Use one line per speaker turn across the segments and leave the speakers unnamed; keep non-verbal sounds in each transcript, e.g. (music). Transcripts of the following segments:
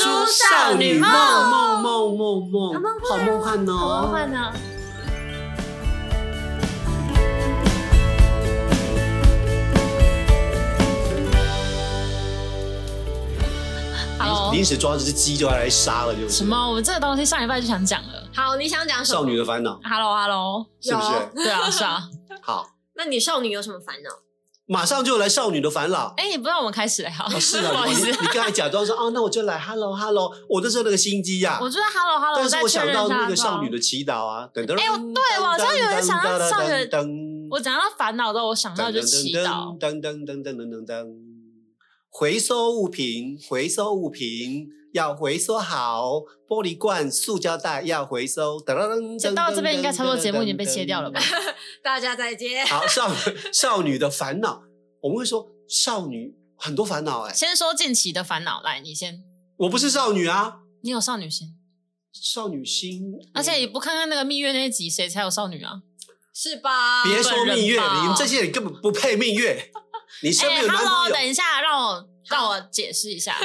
少女梦
梦梦梦梦
梦
好梦幻
好梦
哦！
幻呢？好
临时抓到这只鸡就要来杀了，就是
什？么？我们这个东西上礼拜就想讲了。
好，你想讲什么？
少女的烦恼
Hello Hello，
是不
有
是？
对啊是啊。
好，
那你少女有什么烦恼？
马上就来少女的烦恼。
(laughs) 哎、你不知道我们开始了，好，
哦，
(laughs)
是
不
啊，
好
你
意思
你，你刚才假装说哦，那我就来 hello hello，我那时候那个心机呀
我，觉得 Hello Hello，
啊但是
再
我
确
想
认
到
一下
那个
好不好
少女的祈祷啊，等等。
哎我对我好像有点想到少女的
噔
我讲到烦恼之后，我想到就祈祷。
噔噔噔噔噔噔噔，回收物品，回收物品要回收好，玻璃罐、塑胶袋要回收。噔噔
讲
噔，
到这边应该差不多节目已经被切掉了吧？ (laughs)
大家再见。
好，少少女的烦恼，我们会说少女很多烦恼哎、
先说近期的烦恼，来，你先，
我不是少女啊，
你有少女心，
少女心，
而且也不看看那个蜜月那一集，谁才有少女啊？
是吧？
别说蜜月，
本人吧
你们这些人根本不配蜜月，你身边
哎
有男
，Hello，
朋友。
等一下，让我让我解释一
(laughs)
下，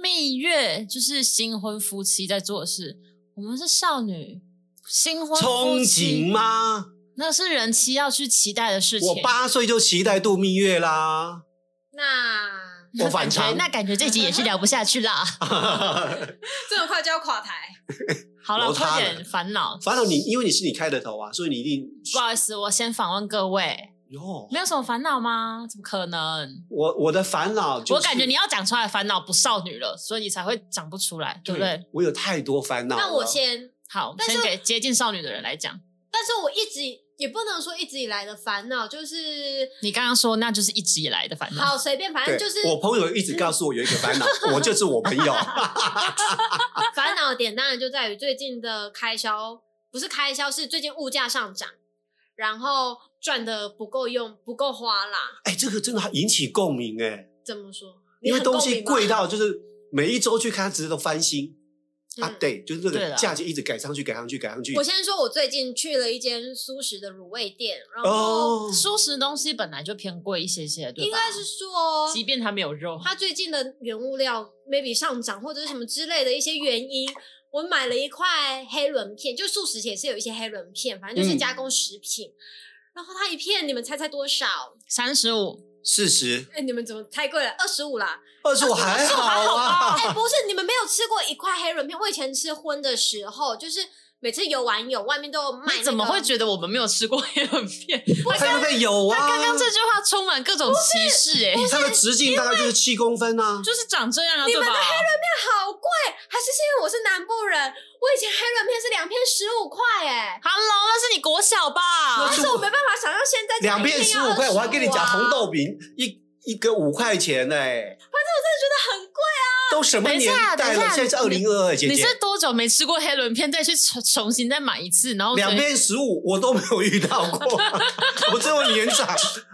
蜜月就是新婚夫妻在做的事，我们是少女，新婚
憧
夫
憬
妻
吗？
那是人妻要去期待的事情。
我八岁就期待度蜜月啦。 (laughs)
那
那
我反
感觉
常
那感觉这集也是聊不下去
(laughs)
啦。
(laughs) 这么快就要垮台？
好了，
楼塌
快
了
点烦恼。
反正你因为你是你开的头啊，所以你一定
不好意思，我先访问各位，
哟。
没有什么烦恼吗？怎么可能？
我我的烦恼就是，
我感觉你要讲出来烦恼不少女了，所以你才会讲不出来，对不对？
我有太多烦恼了。
那我先，
好，
但是
先给接近少女的人来讲。
但是我一直也不能说一直以来的烦恼，就是
你刚刚说那就是一直以来的烦恼，
好随便，反
对
正就是
我朋友一直告诉我有一个烦恼，我就是我朋
(laughs)
友。
烦恼的点当然就在于最近的开销，不是开销，是最近物价上涨，然后赚的不够用，不够花啦。
哎，这个真的引起共鸣哎、
怎么说？你
因为
很
东
共
西
鸣吗
贵到就是每一周去看，它值得翻新、啊
嗯。
对，就是这
对
个
啦
价钱一直改上去，改上去，改上去
我。先说，我最近去了一间素食的卤味店，然后
哦，
素食东西本来就偏贵一些些，对吧？
应该是，说，
即便它没有肉，
它最近的原物料 maybe 上涨或者是什么之类的一些原因，我买了一块黑轮片，就素食也是有一些黑轮片，反正就是
嗯
加工食品。然后它一片，你们猜猜多少？
三十五
四十、
哎，你们怎么太贵了？二十五啦！
二十五还好啊。
哎，不是，你们没有吃过一块黑轮片。我以前吃荤的时候，就是每次游完泳，外面都有卖、那个。呃
你怎么会觉得我们没有吃过黑轮片？
(laughs) 才不会有啊。
他刚刚这句话充满各种歧视、哎，
它的直径大概就是七公分啊。
就是长这样啊，
你
对
们
吧？
的好贵？还是是因为我是南部人？我以前黑轮片是两片十五块，哎，
Hello，那是你国小吧？
但是我没办法想象现在这
啊
样
两片
一定
十
要
五块，
25
我还跟你讲
啊
红豆饼一一个五块钱呢、
很贵。啊
都什么
等一
年
下
代
等
了？
一下
现在是二零二二，姐
你
姐
是多久没吃过黑轮片，再去重重新再买一次，然后
两
觉得
片十五我都没有遇到过，
(laughs)
我这么年长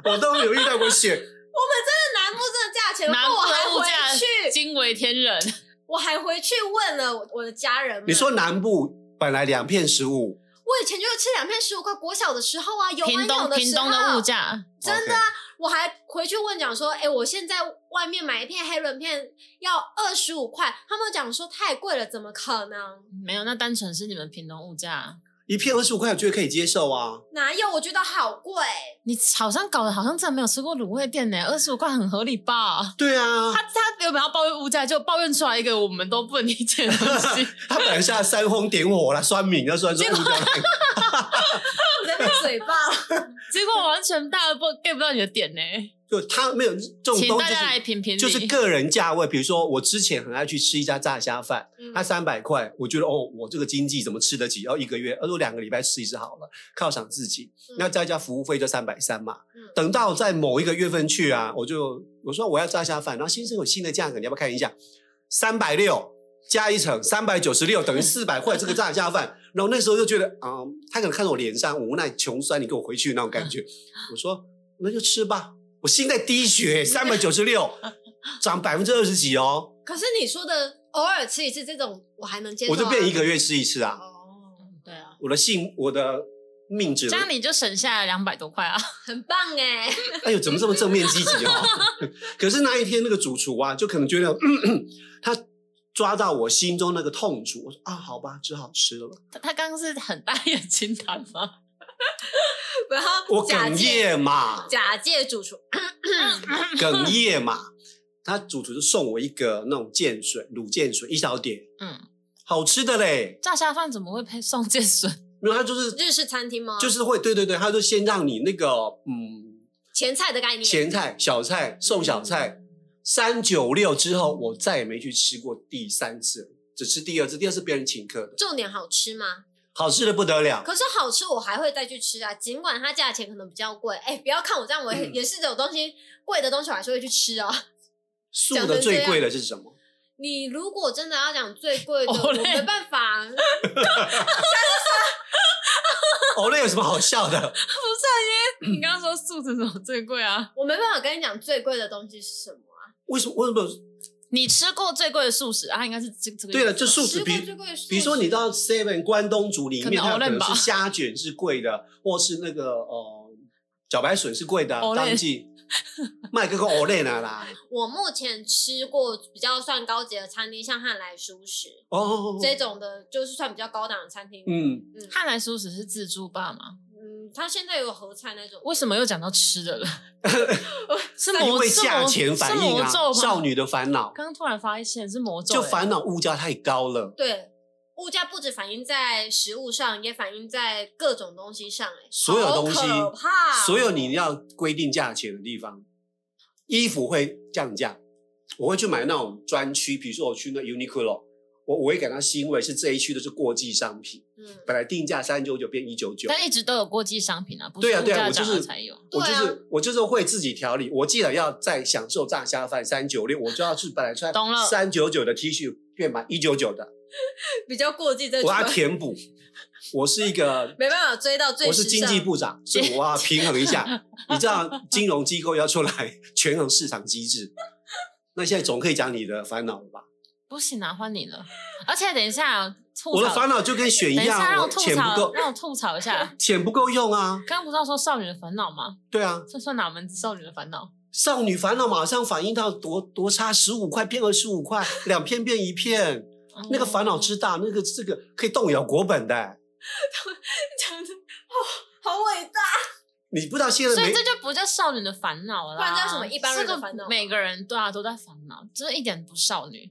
我都没有遇到过血。
南部这个价钱，
南
然后我
部
还
的物价
回去，
惊为天人。
我还回去问了我我的家人们。
你说南部本来两片十五，
我以前就是吃两片十五块，国小的时候啊，游
屏
完泳
东
的时
屏东
候，
的物价，
真的啊、我还回去问讲说，哎、我现在外面买一片黑轮片要二十五块，他们讲说太贵了，怎么可能？
没有，那单纯是你们屏东物价。
一片二十五块，我觉得可以接受啊。
哪有？我觉得好贵。
你好像搞得好像真的没有吃过卤味店呢，二十五块很合理吧？
对啊，
他他原本要抱怨物价，就抱怨出来一个我们都不能理解的东 (laughs) 西。
他本来是要煽风点火啦，酸敏，那酸说物价太高
我在被
(laughs)
嘴巴，
结果完全大家不 get 不到你的点呢，
就他没有这种
请
东
大
西
家来评评理。
就是，就是个人价位。比如说，我之前很爱去吃一家炸虾饭，
嗯
他三百块，我觉得哦，我这个经济怎么吃得起？要一个月，呃，我两个礼拜吃一次好了，犒赏自己。
嗯
那再加服务费就三百三嘛。
嗯
等到在某一个月份去啊，我就我说我要炸虾饭，然后先生有新的价格，你要不要看一下？三百六加一层，三百九十六等于四百块这个炸虾饭。然后那时候就觉得，嗯，他可能看到我脸上无奈、穷酸，你给我回去那种
嗯
感觉。我说那就吃吧，我心在滴血，三百九十六涨百分之二十几
(laughs)
哦，
可是你说的偶尔吃一次这种，我还能接受、
我就变一。个月吃一次啊。
哦，
对啊，
我的性，我的命只
这
能
样你就省下两百多块 (laughs) 啊。
很棒哎、
哎呦，怎么这么 (laughs) 啊 (coughs) 正面积极哦？可是那一天那个主厨啊，就可能觉得咳咳他抓到我心中那个痛处，我说啊，好吧，只好吃了吧。
他他刚刚是很大眼睛谈吗？
(laughs) 然后
我
假
哽
借
咽嘛，
假借主厨，
哽咽嘛。他主厨就送我一个那种碱水卤碱水一小点，
(laughs) 嗯，
好吃的嘞。
炸虾饭怎么会配送剑 (laughs) 笋？
没有，他就是
日式餐厅吗？
就是会，对对对，他就先让你那个嗯
前菜的概念。
前菜、小菜、送小菜三九六之后，我再也没去吃过第三次了，只吃第二次，第二次别人请客的，
重点好吃吗？
好吃的不得了。
可是好吃我还会再去吃啊，尽管它价钱可能比较贵。哎，不要看我这样，我也
嗯
也是有东西贵的东西我还是会去吃哦。
素的最贵的是什么？
你如果真的要讲最贵的，我
Olay
没办法，不是啊，因
哦，那有什么好笑的？
啊因为
嗯
你刚刚说素食怎么最贵啊？
我没办法跟你讲最贵的东西是什么啊。
为什么？为什么？
你吃过最贵的素食啊？应该是这这个意思吧。
对了，这素食
吃过
比
最贵的素食，
比如说你到 Seven 关东煮里
可
面，
能
它有可
Olen
能
吧
是虾卷是贵的，或是那个呃茭白笋是贵的，
Olen
当
(laughs)
季卖个个 Olen 啊啦，
我目前吃过比较算高级的餐厅，像汉来熟食
哦，
这种的，就是算比较高档的餐厅。
嗯，
嗯
汉来素食是自助吧吗？
嗯，它现在有合菜那种，
为什么又讲到吃
(laughs)
的了？是
因
魔
为
是
价
魔
钱反应
是魔咒
啊，
吗
少女的烦恼
刚刚突然发现是魔咒、
就
欸
烦恼物价太高了，
对物价不止反映在食物上，也反映在各种东西上、哎，
所有
好
东西
可怕哦
所有你要规定价钱的地方，衣服会降价，我会去买那种专区，比如说我去那 Uniqlo，我我会感到欣慰，是这一区都是过季商品，
嗯，
本来定价三九九变一九九。
但一直都有过季商品啊，不
对
是
啊
物
对啊
价
我就
涨了
是
才有。
我就
对啊
是我就是会自己调理。我既然要在享受炸虾饭三九六，我就要去本来穿
懂了
三九九的 T 恤，变买一九九的，
比较过季这
我要
种
填补。我是一个，
没办法追到最
我是
时
经
尚
济部长，所以我要平衡一
(laughs)
下。你知道金融机构要出来权衡市场机制，那现在总可以讲你的烦恼了吧？
不行啊，换你了。而且等一下啊吐槽，
我的烦恼就跟选一
等一下
样，
让我
我
吐
钱不
槽，
够，
让我吐槽一下。
钱不够用啊。
刚刚不是要说少女的烦恼吗？
对啊，
这算哪门子少女的烦恼？
少女烦恼马上反映到多多差十五块变二十五块，两片变一片。
嗯
那个烦恼之大，那个这个可以动摇国本的。
讲的哦好好伟大，
你不知道现
嗯，
在
所以
没
这就不叫少女的烦恼啦。
不然叫什么一般人的烦
这
恼
个每个人对啊都在烦恼，这一点不少女。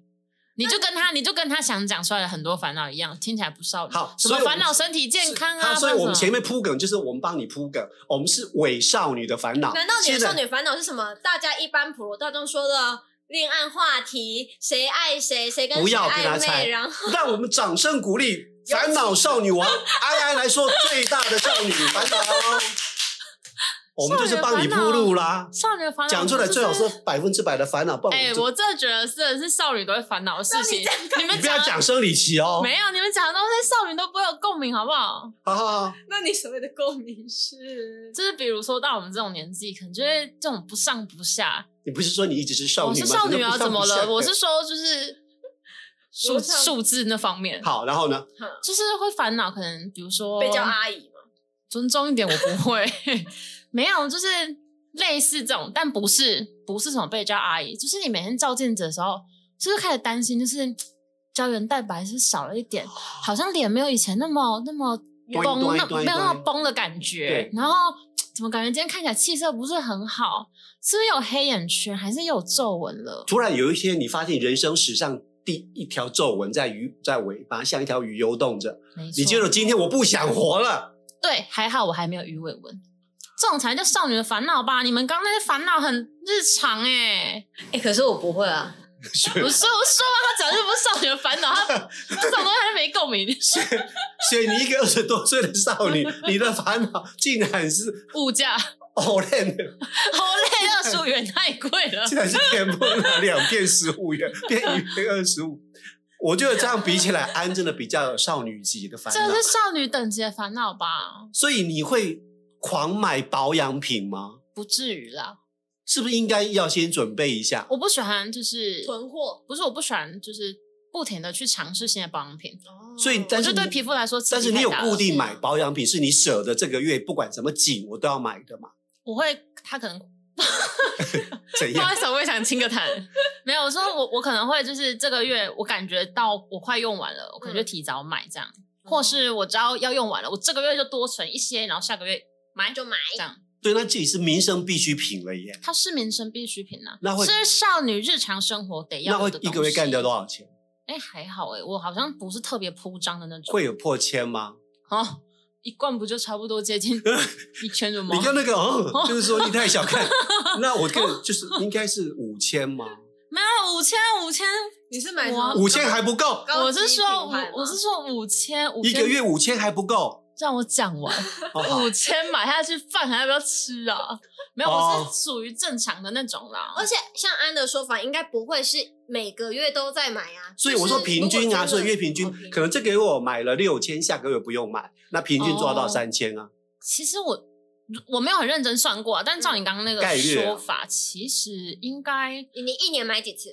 你就跟他，你就跟他想讲出来的很多烦恼一样，听起来不少女。
好
什
所以
么
我们
烦恼？身体健康啊，
他所以
不然
我们
什么
前面铺梗就是我们帮你铺梗，我们是伪少女的烦恼。
难道你
现
的
在
少女烦恼是什么？大家一般普罗大众说的恋爱话题，谁爱谁，谁跟
不
谁
要跟他
暧
猜
昧，然
(laughs)
后
让我们掌声鼓励烦恼少
(laughs)
女王安安来说最大的少女烦恼。我们就是帮你铺路啦，
少女的烦恼
讲出来
不
最好
就是
百分之百的烦恼，不然
哎、
们就
我真的觉得真的是少女都会烦恼的事情。你们
你不要
的
讲生理期哦。
没有，你们讲的东西少女都不会有共鸣，好不好？
好好好，
那你所谓的共鸣是？
就是比如说到我们这种年纪，可能就会这种不上不下。
你不是说你一直是少
我
女吗？
是少女啊，
怎
怎么
不像
了？我是说就是数
我上
数字那方面，
好，然后呢？
就是会烦恼。可能比如说
被叫
啊
阿姨嘛？
尊重一点，我不会。 (laughs) 没有，就是类似这种，但不是不是什么被叫阿姨，就是你每天照镜子的时候，就是开始担心，就是胶原蛋白是少了一点，好像脸没有以前那么那么
端
崩，
一端
那
端一
没有那么
端
崩的感觉
对。
然后怎么感觉今天看起来气色不是很好？是不是有黑眼圈，还是有皱纹了？
突然有一天，你发现人生史上第一条皱纹在鱼在尾巴，像一条鱼游动着，
没
你觉
错，
得今天我不想活了，
对，还好我还没有鱼尾纹。这种才叫少女的烦恼吧？你们刚刚那些烦恼很日常哎、
哎，可是我不会啊，
我说我说嘛，他讲的不是少女的烦恼，
(laughs)
他这种东西他就没共鸣，
所以你一个二十多岁的少女，你的烦恼竟然是
物价
偶然的，
好累，二十五元太贵
(laughs)
了。
(laughs) 竟然是填不了两片十五元，变一片二十五。我觉得这样比起来，安真的比较有少女级的烦
这
恼
是。少女等级的烦恼吧？
所以你会狂买保养品吗？
不至于啦，
是不是应该要先准备一下？
我不喜欢就是
囤货。
不是我不喜欢就是不停的去尝试新的保养品，
所以但
我
哦
觉
是
得对
你
皮肤来说，
但是你有固，定买
是
保养品，是你舍得这个月不管什么紧我都要买的嘛？
我会它可能不好
怎样
意？思，我也想清个谈。 (laughs) 没有，我说我我可能会就是这个月，我感觉到我快用完了，我可能就提早买这
嗯
样，或是我知道要用完了，我这个月就多存一些，然后下个月买
就买
这样。
对，那这也是民生必需品了耶。
它是民生必需品呐、
那会
是少女日常生活得
那
要
会
有的
一个月干掉
东
多
西？
少钱？
哎，还好哎，我好像不是特别铺张的那种。
会有破千吗？
哦，一罐不就差不多接
(laughs)
近一千了吗
你？看那个，
(laughs)
哦，就是说你太小看。那我看就是应该是五千吗？
没有五千五千，
你是买什
哇
么？
五千还不够，
高
我是
级
说
品牌
五我
吗
是说五千五
一
千
个月五千还不够。
让我讲完。
哦好
五千买下去，饭还要不要吃啊？没有，
哦
我是属于正常的那种啦。
而且像安的说法，应该不会是每个月都在买啊。
所以我说
就是
平均啊，
如果真的
所以月平均
哦平
可能这个月我买了六千，下个月不用买，那平均做到
哦
三千啊。
其实我我没有很认真算过啊，但照你刚刚那个
概率啊
说法，其实应该
你一年买几次？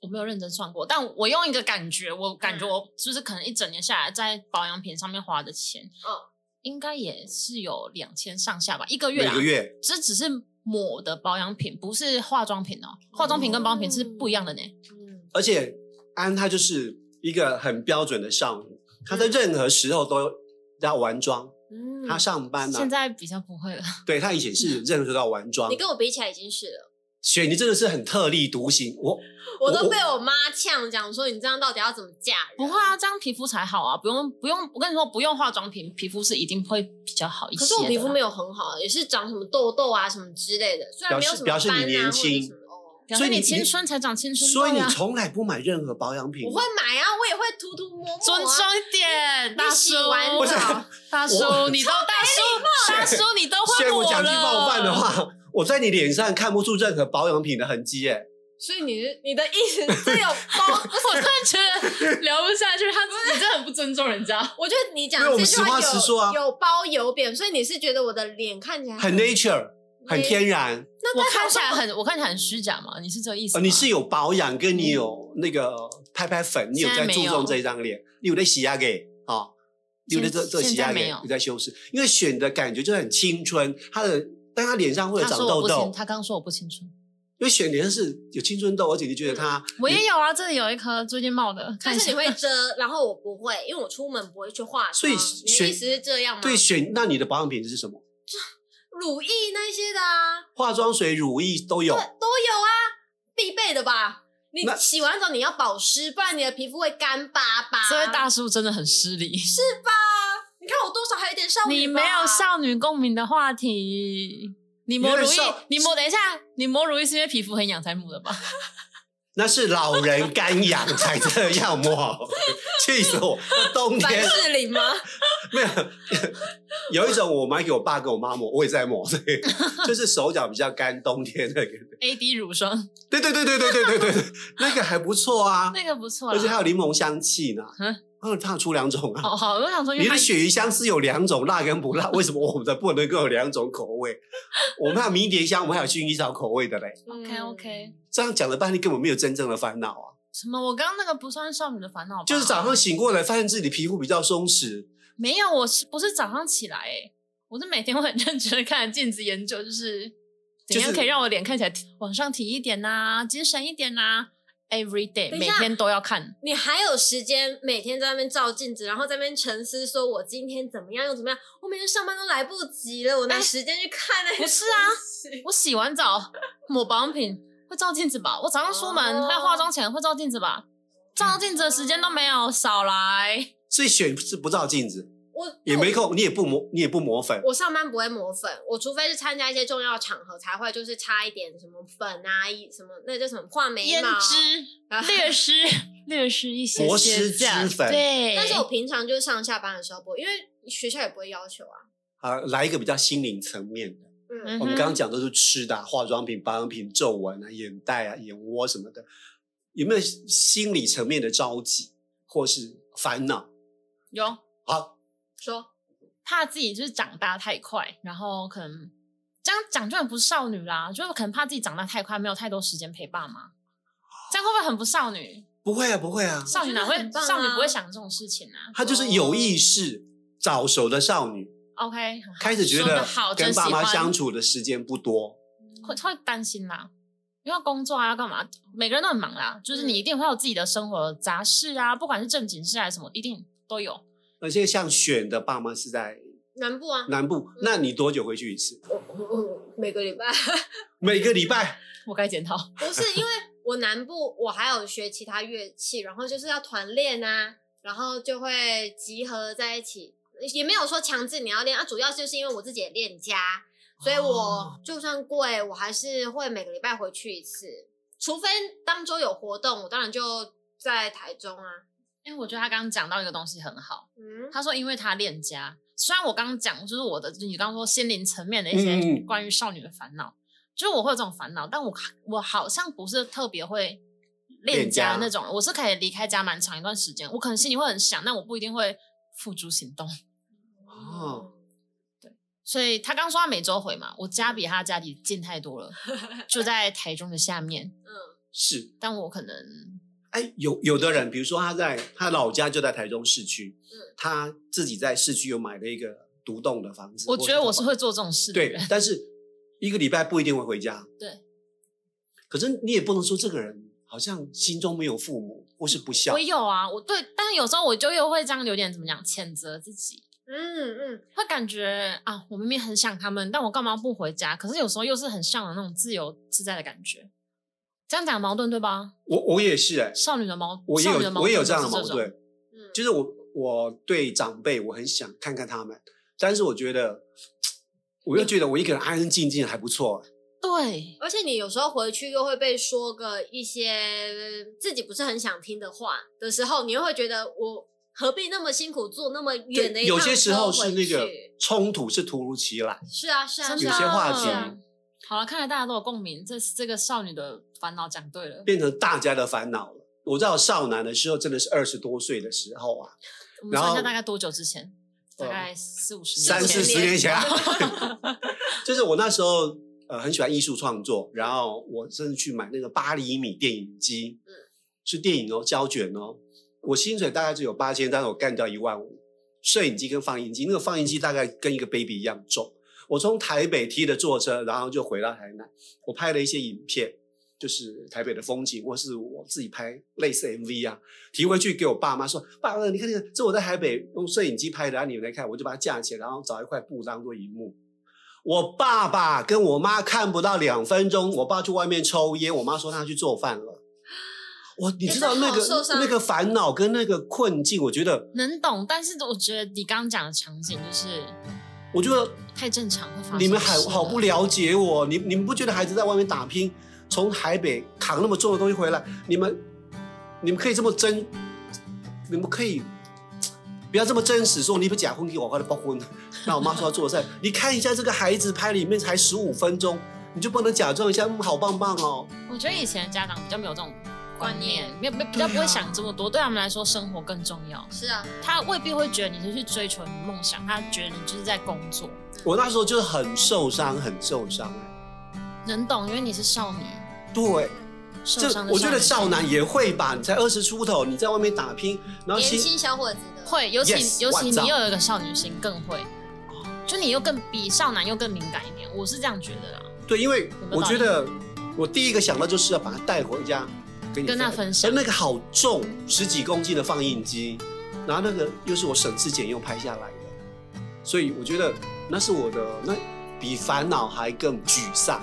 我没有认真算过，但我用一个感觉，我
嗯
感觉我就是可能一整年下来在保养品上面花的钱，
嗯
应该也是有两千上下吧，一个月
每
啊
个，月
这只是抹的保养品，不是化妆品哦，化妆品跟保养品是不一样的呢。
嗯，
而且安她就是一个很标准的少女，她在任何时候都要玩妆。
嗯
她上班呢、
现
啊，
在比较不会了，
对她以前是任何时候都要玩妆
你。跟我比起来已经是了，
雪妮真的是很特立独行，我
我都被我妈呛讲说你这样到底要怎么嫁人？
不会啊，这样皮肤才好啊，不用不用，我跟你说，不用化妆品，皮肤是一定会比较好一些。
可是我皮肤没
有，
有很好，也是长什么痘痘啊什么之类的，虽然没有什么
表示
斑啊
表示你年轻
或者什么哦
表
所以
示
你
你啊青春才长青春痘
所
呀、
以你从来不买任何保养品吗。
我会买啊，我也会涂涂抹抹啊。
尊重一点，大叔啊
啊洗完澡
不是，
大
我
叔，你都大叔，大叔你都会
虽然我
我
讲句冒犯的
了，
话，我在你脸上看不出任何保养品的痕迹，哎，
所以你是你的意思是有
(laughs)
包？
不是，我突然觉得聊不下去，他你真的很不尊重人家。
我觉得你讲
因为我
这
们
句
实话
有
实说啊
有褒有贬，所以你是觉得我的脸看起来
很 nature，很天然。
我看起来很，我看起来很虚假嘛？你是这个意思
呃，
吗？
你是有保养，跟你有那个拍拍粉，你有
嗯现
在
在
注
没
重
有
这一张脸，你有在洗牙给啊，你有在这这洗
现
牙
在没
给，
有
有在修饰，因为选的感觉就很青春，他的但他脸上会有
他
长
说我
痘
不清，
痘，
他刚说我不清楚，
因为选脸是有青春痘，而且你觉得他
我也有啊，这里有一颗最近冒的，看
但
一
是
下
你会遮， (laughs) 然后我不会，因为我出门不会去化妆。
所以
你的
选
意思是这样
嗯
吗？
对选那你的保养品是什么？
乳液那些的啊，
化妆水、乳液都有
对，，都有啊，必备的吧。你
那
洗完澡你要保湿，不然你的皮肤会干巴巴。
这位大叔真的很失礼。
是吧？你看我多少还有点少女吧
你没有，
(laughs)
少女共鸣的话题。你抹
有
乳
点
液
少，
你抹等一下，你抹乳液是因为皮肤很痒才抹的
(laughs)
吧？
那是老人干痒才这样抹， (laughs) 气死
(laughs)
我！那冬
凡
天
士林 (laughs) 吗？
没有，有一种我买给我爸跟我妈抹，我也在抹，所以就是手脚比较干，冬天那个。
A D 乳霜，
对对对对对对对对对，那个还不错啊，
那个不错
而且还
啦。
有柠檬香气呢。
嗯
嗯，它有出两种啊。
好好，我想说，因
你
为它
的鳕鱼香是有两种辣跟不辣，为什么我们的不能够有两种口味？我们还有迷迭香，我们还有薰衣草口味的嘞。
嗯
OK OK。
这样讲了半天，根本没有真正的烦恼啊。
什么？我刚刚那个不算少女的烦恼吧？
就是早上醒过来，发现自己的皮肤比较松弛，
没有，我是不是早上起来、欸？我是每天会很认真的看着镜子研究，就是
就是
怎样可以让我脸看起来往上提一点呐、精神一点呐、Every day，
等一
每
下
天都要看。
你还有时间每天在那边照镜子，然后在那边沉思，说我今天怎么样又怎么样？我每天上班都来不及了，我哪
哎
时间去看那些
不是啊
东西？
我洗完澡抹保养品会照镜子吧？我早上出门
哦
还有化妆前会照镜子吧？照镜子的时间都没有，少来。
所以选是不照镜子，
我
也没空，你也不抹，你也不抹粉。
我上班不会抹粉，我除非是参加一些重要场合才会，就是擦一点什么粉啊，一什么那叫什么画眉
胭
毛。
脂
(laughs) 啊
略施，略施一些
薄
些
施
这样
脂粉
对，
但是我平常就是上下班的时候不会，因为学校也不会要求啊。
啊，来一个比较心灵层面的。
嗯
嗯，
我们刚刚讲都是吃的啊、化妆品、保养品、皱纹啊、眼袋啊、眼窝什么的，有没有心理层面的着急或是烦恼？
有
好，
说
怕自己就是长大太快，然后可能这样讲就很不少女啦，就是可能怕自己长大太快，没有太多时间陪爸妈，这样会不会很不少女？
不会啊，不会啊，
少女哪
我觉得
会、
很棒啊
少女不会想这种事情啊
她就是有意识、早熟的少女，
？OK，
开始觉
说得
得
好
跟
真
爸
喜
妈
欢
相处的时间不多，
会会担心啦，因为要工作啊，要干嘛，每个人都很忙啦，就是你一定会有自己的生活杂事啊，不管是正经事还是什么，一定都有。
而且像选的爸妈是在
南部啊，
南
嗯
部，那你多久回去一次？
我我我每个礼拜
每个礼拜
我该检讨，
(laughs) 不是因为我南部我还有学其他乐器，然后就是要团练啊，然后就会集合在一起，也没有说强制你要练啊，主要就是因为我自己也练家，所以我
哦
就算贵，我还是会每个礼拜回去一次，除非当周有活动，我当然就在台中啊。
因为我觉得他刚刚讲到一个东西很好，
嗯，
他说因为他恋家，虽然我刚刚讲就是我的，你刚刚说心灵层面的一些
嗯
关于少女的烦恼，就是我会有这种烦恼，但我我好像不是特别会恋
恋
家
家
的那种人，我是可以离开家蛮长一段时间，我可能心里会很想，但我不一定会付诸行动。
哦，
所以他刚说他每周回嘛，我家比他家里近太多了，就在台中的下面。
嗯，
是。
但我可能
哎，有有的人，比如说他在他老家就在台中市区，
嗯
他自己在市区又买了一个独栋的房子。
我觉得我是
或
会
者
做这种事
什么
的
对
人，，
但是一个礼拜不一定会回家。
对。
可是你也不能说这个人好像心中没有父母，或是不孝
我。有啊，我对，但是有时候我就又会这样有点怎么讲，谴责自己，
嗯嗯，
会感觉啊，我明明很想他们，但我干嘛不回家？可是有时候又是很向往那种自由自在的感觉。这样讲矛盾对吧？
我我也是哎、
少女的矛，
我也
少女的
有
矛
我也有
盾
这样的
就
矛
是种，
盾，
嗯
就是我我对长辈我很想看看他们，但是我觉得我又觉得我一个人安安静静还不错、
对，
而且你有时候回去又会被说个一些自己不是很想听的话的时候，你又会觉得我何必那么辛苦坐那么远的
对，
一
有
趟
些时
车
候是
回
那个
去
冲突是突如其来，
是啊是啊，
真
有
是
的
些
啊
话
是啊
题
好了，看来大家都有共鸣，这这个少女的烦恼讲对了。
变成大家的烦恼了。我知道少男的时候真的是二十多岁的时候啊，
我们算一
然
下
后
大概多久之前？大
呃
概四五十
三
年
四
前。
十年前啊， (laughs) 就是我那时候呃很喜欢艺术创作，然后我甚至去买那个八厘米电影机，
嗯
是电影哦胶卷哦，我薪水大概只有八千，但是我干掉一万五，摄影机跟放映机，那个放映机大概跟一个 baby 一样重。我从台北踢的坐车，然后就回到台南，我拍了一些影片，就是台北的风景，或是我自己拍类似 MV 啊，提回去给我爸妈说：“爸爸，你看这个，这我在台北用摄影机拍的，啊，你们来看。”我就把它架起来，然后找一块布当做荧幕。我爸爸跟我妈看不到两分钟，我爸去外面抽烟，我妈说他去做饭了。我你知道那
哎
个
这好受伤
那个烦恼跟那个困境，我觉得，
能懂，但是我觉得你刚刚讲的场景就是
我觉得
太正常会发生。
你们还好不
了，
了解我，你你们不觉得孩子在外面打拼，从台北扛那么重的东西回来，你们你们可以这么真，你们可以不要这么真实说你不假婚给我，快来包婚。那我妈说要做菜，你看一下这个孩子拍里面才十五分钟，你就不能假装一下，嗯，好棒棒哦。
我觉得以前的家长比较没有这种观念，
观
没有没有比较
啊
不会想这么多，对他们来说生活更重要。
是啊，
他未必会觉得你是去追求你的梦想，他觉得你就是在工作。
我那时候就是很受伤，很受伤哎、
能懂，因为你是少女，
对，
受
这
伤的
我觉得
女
少男也会吧，你才二十出头，你在外面打拼，然后
年
心
轻小伙子的，
会，尤其
Yes，
尤其
万丈
你又有一个少女心，更会。就你又更比少男又更敏感一点，我是这样觉得啦。
对，因为
没有
我
道
觉
理
得我第一个想到就是要把它带回家，跟你
跟他分享
而那个好重，十几公斤的放映机，然后那个又是我省吃俭用拍下来的，所以我觉得那是我的那比烦恼还更沮丧。